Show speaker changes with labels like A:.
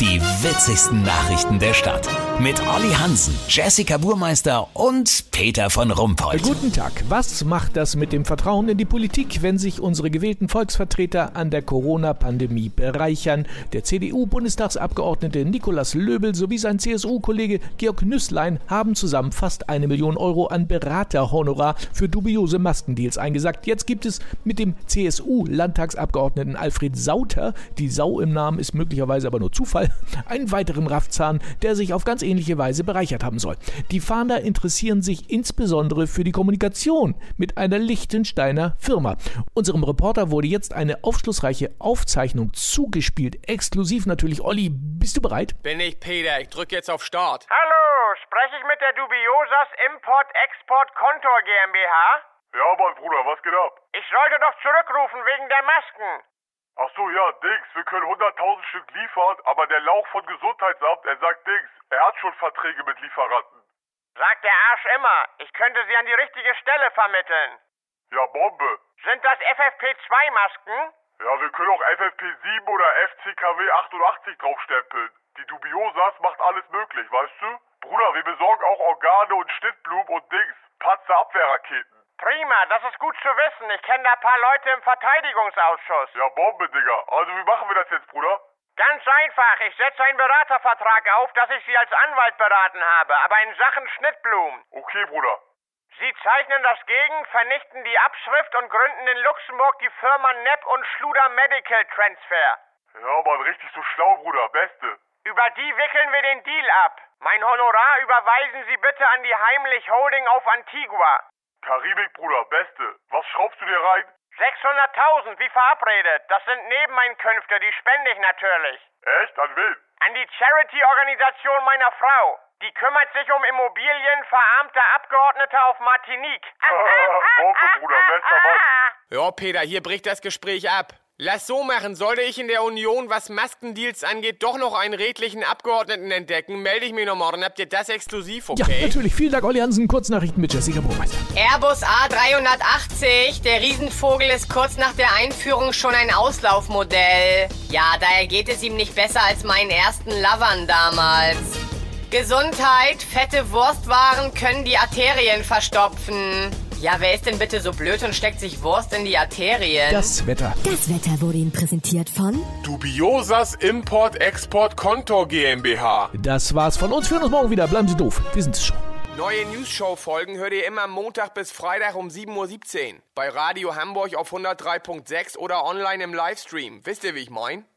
A: Die witzigsten Nachrichten der Stadt. Mit Olli Hansen, Jessica Burmeister und Peter von Rumpold.
B: Guten Tag. Was macht das mit dem Vertrauen in die Politik, wenn sich unsere gewählten Volksvertreter an der Corona-Pandemie bereichern? Der CDU-Bundestagsabgeordnete Nikolaus Löbel sowie sein CSU-Kollege Georg Nüßlein haben zusammen fast eine Million Euro an Beraterhonorar für dubiose Maskendeals eingesagt. Jetzt gibt es mit dem CSU-Landtagsabgeordneten Alfred Sauter, die Sau im Namen ist möglicherweise aber nur Zufall, einen weiteren Raffzahn, der sich auf ganz ähnliche Weise bereichert haben soll. Die Fahnder interessieren sich insbesondere für die Kommunikation mit einer Liechtensteiner Firma. Unserem Reporter wurde jetzt eine aufschlussreiche Aufzeichnung zugespielt, exklusiv natürlich. Olli, bist du bereit?
C: Bin ich Peter, ich drück jetzt auf Start.
D: Hallo, spreche ich mit der Dubiosas Import-Export Kontor GmbH?
E: Ja, mein Bruder, was geht ab?
D: Ich sollte doch zurückrufen wegen der Masken.
E: Ach so, ja, Dings, wir können 100.000 Stück liefern, aber der Lauch von Gesundheitsamt, er sagt Dings, er hat schon Verträge mit Lieferanten.
D: Sagt der Arsch immer, ich könnte sie an die richtige Stelle vermitteln.
E: Ja, Bombe.
D: Sind das FFP2-Masken?
E: Ja, wir können auch FFP7 oder FCKW 88 draufstempeln. Die Dubiosas macht alles möglich, weißt du? Bruder, wir besorgen auch Organe und Schnittblumen und Dings, Panzerabwehrraketen.
D: Prima, das ist gut zu wissen. Ich kenne da ein paar Leute im Verteidigungsausschuss.
E: Ja, Bombe, Digga. Also, wie machen wir das jetzt, Bruder?
D: Ganz einfach, ich setze einen Beratervertrag auf, dass ich Sie als Anwalt beraten habe, aber in Sachen Schnittblumen.
E: Okay, Bruder.
D: Sie zeichnen das gegen, vernichten die Abschrift und gründen in Luxemburg die Firma NEP und Schluder Medical Transfer.
E: Ja, Mann, richtig so schlau, Bruder. Beste.
D: Über die wickeln wir den Deal ab. Mein Honorar überweisen Sie bitte an die Heimlich Holding auf Antigua.
E: Karibik, Bruder, Beste. Was schraubst du dir rein?
D: 600.000, wie verabredet. Das sind Nebeneinkünfte, die spende ich natürlich.
E: Echt? An wen?
D: An die Charity-Organisation meiner Frau. Die kümmert sich um Immobilien verarmter Abgeordneter auf Martinique.
E: Oh, Bombe, Bruder, bester Mann.
C: Ja, Peter, hier bricht das Gespräch ab. Lass so machen, sollte ich in der Union, was Maskendeals angeht, doch noch einen redlichen Abgeordneten entdecken, melde ich mich noch morgen. Habt ihr das exklusiv,
B: Ja,
C: okay?
B: natürlich. Vielen Dank, Olli Hansen. Kurznachrichten mit Jessica Burmeister.
F: Airbus A380, der Riesenvogel ist kurz nach der Einführung schon ein Auslaufmodell. Ja, daher geht es ihm nicht besser als meinen ersten Lovern damals. Gesundheit, fette Wurstwaren können die Arterien verstopfen. Ja, wer ist denn bitte so blöd und steckt sich Wurst in die Arterien?
B: Das Wetter.
G: Das Wetter wurde Ihnen präsentiert von
E: Dubiosas Import-Export Kontor GmbH.
B: Das war's von uns. Wir hören uns morgen wieder. Bleiben Sie doof. Wir sind es schon.
C: Neue News-Show-Folgen hört ihr immer Montag bis Freitag um 7.17 Uhr. Bei Radio Hamburg auf 103.6 oder online im Livestream. Wisst ihr, wie ich mein?